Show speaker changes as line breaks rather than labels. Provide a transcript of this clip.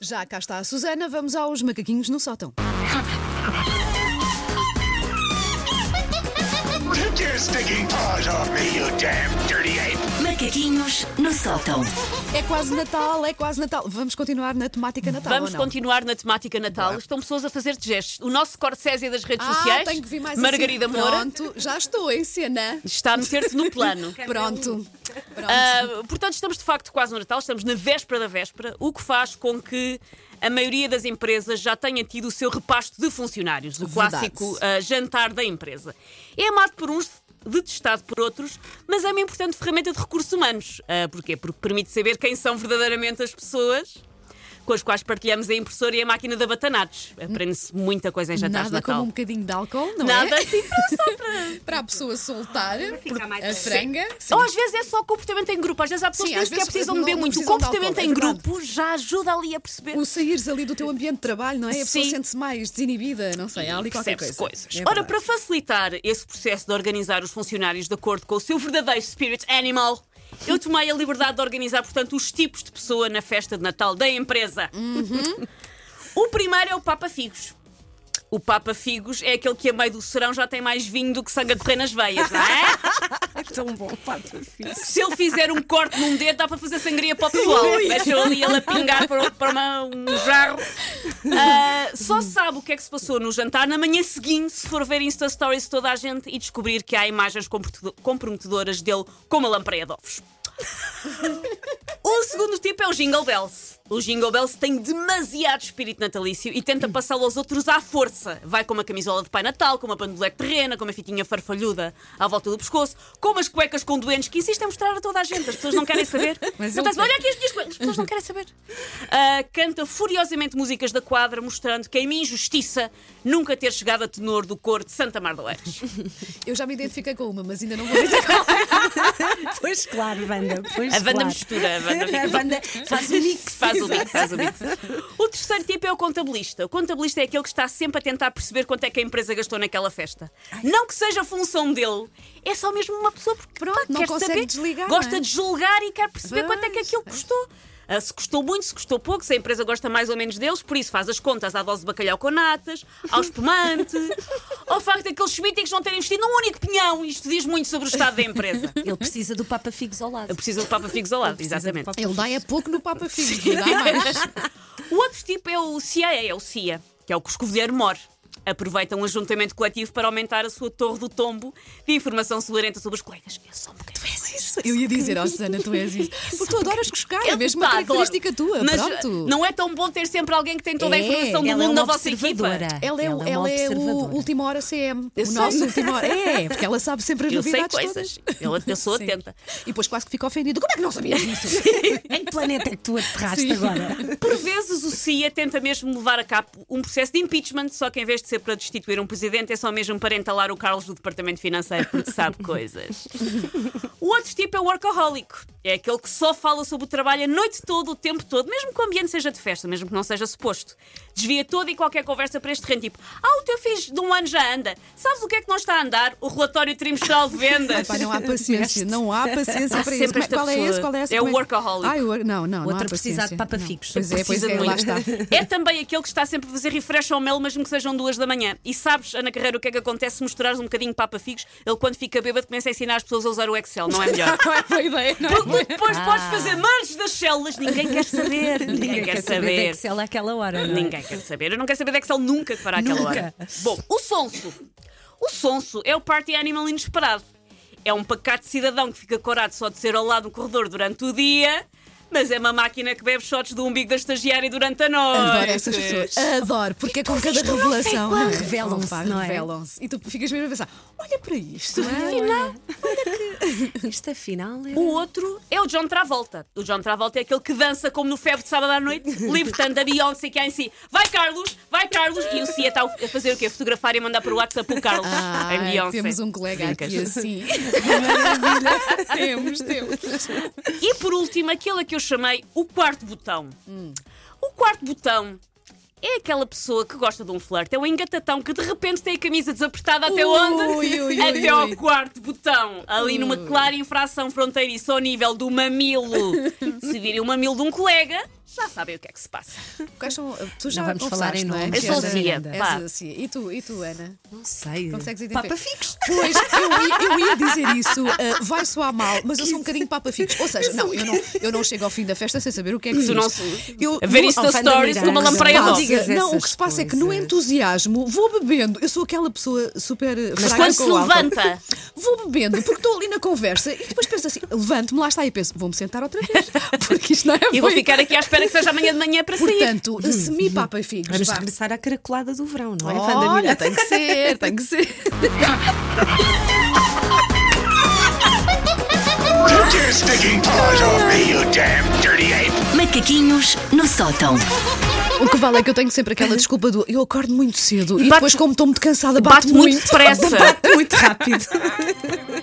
Já cá está a Susana, vamos aos macaquinhos no sótão.
Take your stinking paws off me, you damn dirty ape!
Macaquinhos no sótão.
É quase Natal, é quase Natal. Vamos continuar na temática Natal.
Vamos
ou não?
continuar na temática Natal. Estão pessoas a fazer gestos. O nosso Corsésio das redes
Ah,
sociais,
tenho que vir mais
Margarida
assim.
Moura,
Pronto, já estou em cena.
está a meter-se no plano.
Pronto. Pronto.
Ah, portanto, estamos de facto quase no Natal, estamos na véspera da véspera, o que faz com que a maioria das empresas já tenha tido o seu repasto de funcionários, o
Verdade.
clássico ah, jantar da empresa. É amado por uns. Detestado por outros, mas é uma importante ferramenta de recursos humanos. Ah, porquê? Porque permite saber quem são verdadeiramente as pessoas com as quais partilhamos a impressora e a máquina de abatanados. Aprende-se muita coisa em jantares
Nada
de Natal.
como um bocadinho de álcool, não
Nada
é?
assim,
Para a pessoa soltar
mais
a franga. Sim.
Ou às vezes é só o comportamento em grupo. Às vezes há pessoas
Sim,
que
às
dizem que é
vezes
precisam
não-
beber
não
muito. O
precisam de
comportamento
álcool, é
em
verdade.
grupo já ajuda ali a perceber.
O saíres ali do teu ambiente de trabalho, não é? A pessoa
Sim.
sente-se mais desinibida, não sei, há ali qualquer
Percebe-se
coisa.
coisas.
É
Ora,
verdade.
para facilitar esse processo de organizar os funcionários de acordo com o seu verdadeiro spirit animal, eu tomei a liberdade de organizar, portanto, os tipos de pessoa na festa de Natal da empresa.
Uhum.
o primeiro é o Papa Figos. O Papa Figos é aquele que, a meio do serão, já tem mais vinho do que sangue a correr nas veias, não é?
Tão bom, Papa Figos.
se ele fizer um corte num dedo, dá para fazer sangria para o pessoal. Deixa ali ele a pingar para, para uma- um jarro. Ah, só se sabe o que é que se passou no jantar na manhã seguinte, se for ver Insta Stories de toda a gente e descobrir que há imagens comprometedo- comprometedoras dele com uma lampreia de ovos. O segundo tipo é o Jingle Bells. O Jingle Bells tem demasiado espírito natalício e tenta passá-lo aos outros à força. Vai com uma camisola de Pai Natal, com uma bandolete terrena, com uma fitinha farfalhuda à volta do pescoço, com umas cuecas com doentes que insistem a mostrar a toda a gente. As pessoas não querem saber.
Mas
Não
ele-
tá- Olha aqui as minhas cuecas. As pessoas não querem saber. Ah, canta furiosamente músicas da quadra, mostrando que é minha injustiça nunca ter chegado a tenor do cor de Santa Mar de Oeiras.
Eu já me identifiquei com uma, mas ainda não vou dizer qual.
Pois claro, Wanda. Pois
A Wanda
claro.
mistura, a Wanda fica
A Wanda faz o mix.
Faz o mix, faz o mix. O terceiro tipo é o contabilista. O contabilista é aquele que está sempre a tentar perceber quanto é que a empresa gastou naquela festa. Não que seja função dele, é só mesmo uma pessoa porque pronto,
não
quer
consegue
saber,
desligar,
gosta
não é?
de julgar e quer perceber
Pois,
quanto é que aquilo custou. Ah, se custou muito, se custou pouco, se a empresa gosta mais ou menos deles, por isso faz as contas à dose de bacalhau com natas, ao espumante, ao facto daqueles semíticos não terem investido num único pinhão. Isto diz muito sobre o estado da empresa.
Ele precisa do Papa Figos ao lado.
Precisa do Papa Figos ao lado,
Precisa do
exatamente.
Papa
Ele dá é pouco no Papa Figos, não dá mais.
O outro tipo é o CIA, é o CIA, que é o que o escovilheiro mor. Aproveita um ajuntamento coletivo para aumentar a sua torre do tombo de informação solarenta sobre os colegas. Eu sou um bocadinho mais.
Isso, Eu ia dizer, ó Susana, tu és isso. Porque tu adoras cuscar, é mesmo uma
Pá,
característica
adoro.
tua.
Mas
pronto.
uh, não é tão bom ter sempre alguém que tem toda a
É,
informação do
Ela é
mundo
uma
na vossa equipa.
observadora.
Ela é, o- ela é o
observadora.
Última Hora CM.
Eu
o
sei.
nosso Última Hora. É, porque ela sabe sempre as
Eu sei
novidades
coisas.
todas.
Eu, eu sou
Sim.
atenta.
E depois quase que fica ofendido. Como é que não sabias disso?
Em que planeta é que tu aterraste
Sim.
agora?
Por vezes o CIA tenta mesmo levar a cabo um processo de impeachment, só que em vez de ser para destituir um presidente, é só mesmo para entalar o Carlos do Departamento Financeiro, porque sabe coisas. O outro tipo é o workaholic. É aquele que só fala sobre o trabalho a noite toda, o tempo todo, mesmo que o ambiente seja de festa, mesmo que não seja suposto. Desvia toda e qualquer conversa para este terreno. Tipo, ah, o teu filho de um ano já anda. Sabes o que é que não está a andar? O relatório trimestral de vendas.
Pá, não há paciência, não há paciência
Há
para isso.
sempre
Mas
esta
Qual é
pessoa.
esse? Qual é essa?
É o
Como que-
workaholic.
Ai, o wor- não, não, não há
Outra precisa
paciência.
de papa
Não.
figos.
Pois é, pois
Precisa
é,
de
lá
muito.
está.
É também aquele que está sempre a fazer refresh ao mel, mesmo que sejam duas da manhã. E sabes, Ana Carreira, o que é que acontece se misturares um bocadinho papa figos? Ele, quando fica bêbado, começa a ensinar as pessoas a usar o Excel, não é melhor?
Não é boa ideia, não é?
Porque depois podes fazer manches das células, ninguém quer saber. Ninguém, quer,
de
saber.
Excel àquela hora. não é?
Ninguém quer saber. Eu não quero saber de Excel nunca que fará aquela
Nunca.
hora. Bom, o sonso. O sonso é o party animal inesperado. É um pacato cidadão que fica corado só de ser ao lado do corredor durante o dia, mas é uma máquina que bebe shots do umbigo da estagiária durante a noite.
Adoro essas pessoas. Adoro, porque é com cada revelação. não é?
Revelam-se,
Opa,
não é?
Revelam-se. E tu ficas mesmo a pensar: olha para isto. é?"
Isto afinal é.
O outro é o John Travolta. O John Travolta é aquele que dança como no febre de sábado à noite, libertando a Beyoncé que há em si. Vai, Carlos! Vai, Carlos! E o Cia está a fazer o quê? Fotografar e mandar para o WhatsApp o Carlos.
Ai,
Ah,
em Beyoncé.
temos um colega aqui
Brincas.
assim. Maravilha. temos, temos.
E por último, aquele a que eu chamei o quarto botão. O quarto botão é aquela pessoa que gosta de um flerte, é o engatatão que de repente tem a camisa desapertada até
Ui,
onde?
ui, ui,
até
ui.
ao quarto botão. Ali numa clara infração fronteiriça ao nível do mamilo. Se virem o mamilo de um colega, já sabem o que é que se passa.
Quais são. Tu já
Não vamos
confessaste,
falar em
não é?
nomes,
Eu sou
És a-
Zia,
és
pá.
a Zia. E tu, e tu, Ana?
Não sei.
Consegues identificar?
Papa Fix.
Pois, eu ia, eu ia dizer isso, ah, vai soar mal, mas eu sou um bocadinho papa fixo. Ou seja, não eu, não, eu não chego ao fim da festa sem saber o que é que fiz.
Tu não-
eu,
a ver
no-
isto
ao
nas
fim da
stories,
mirada.
numa lampreia
Pá,
doce.
diga,
Digas
Não, o
essas
que se passa é que no
coisas.
entusiasmo vou bebendo. Eu sou aquela pessoa super
Mas
fraca
quando se
com o álcool.
levanta,
Vou bebendo, porque estou ali na conversa e depois penso assim, levanto-me, lá está, e penso, vou-me sentar outra vez, porque isto não é
eu vou
bem.
ficar aqui à espera que seja amanhã de manhã para sair.
Portanto, semi-papa figos.
Vamos
vá.
regressar à caracolada do verão, não é? Wanda
Olha,
Miranda?
tem que ser, tem que ser.
Take your sticking paws off me, you damn dirty ape!
Macaquinhos no sótão.
O que vale é que eu tenho sempre aquela desculpa do eu acordo muito cedo e
Bate-
depois, como estou muito cansada,
Bate
bato,
muito depressa.
Muito rápido.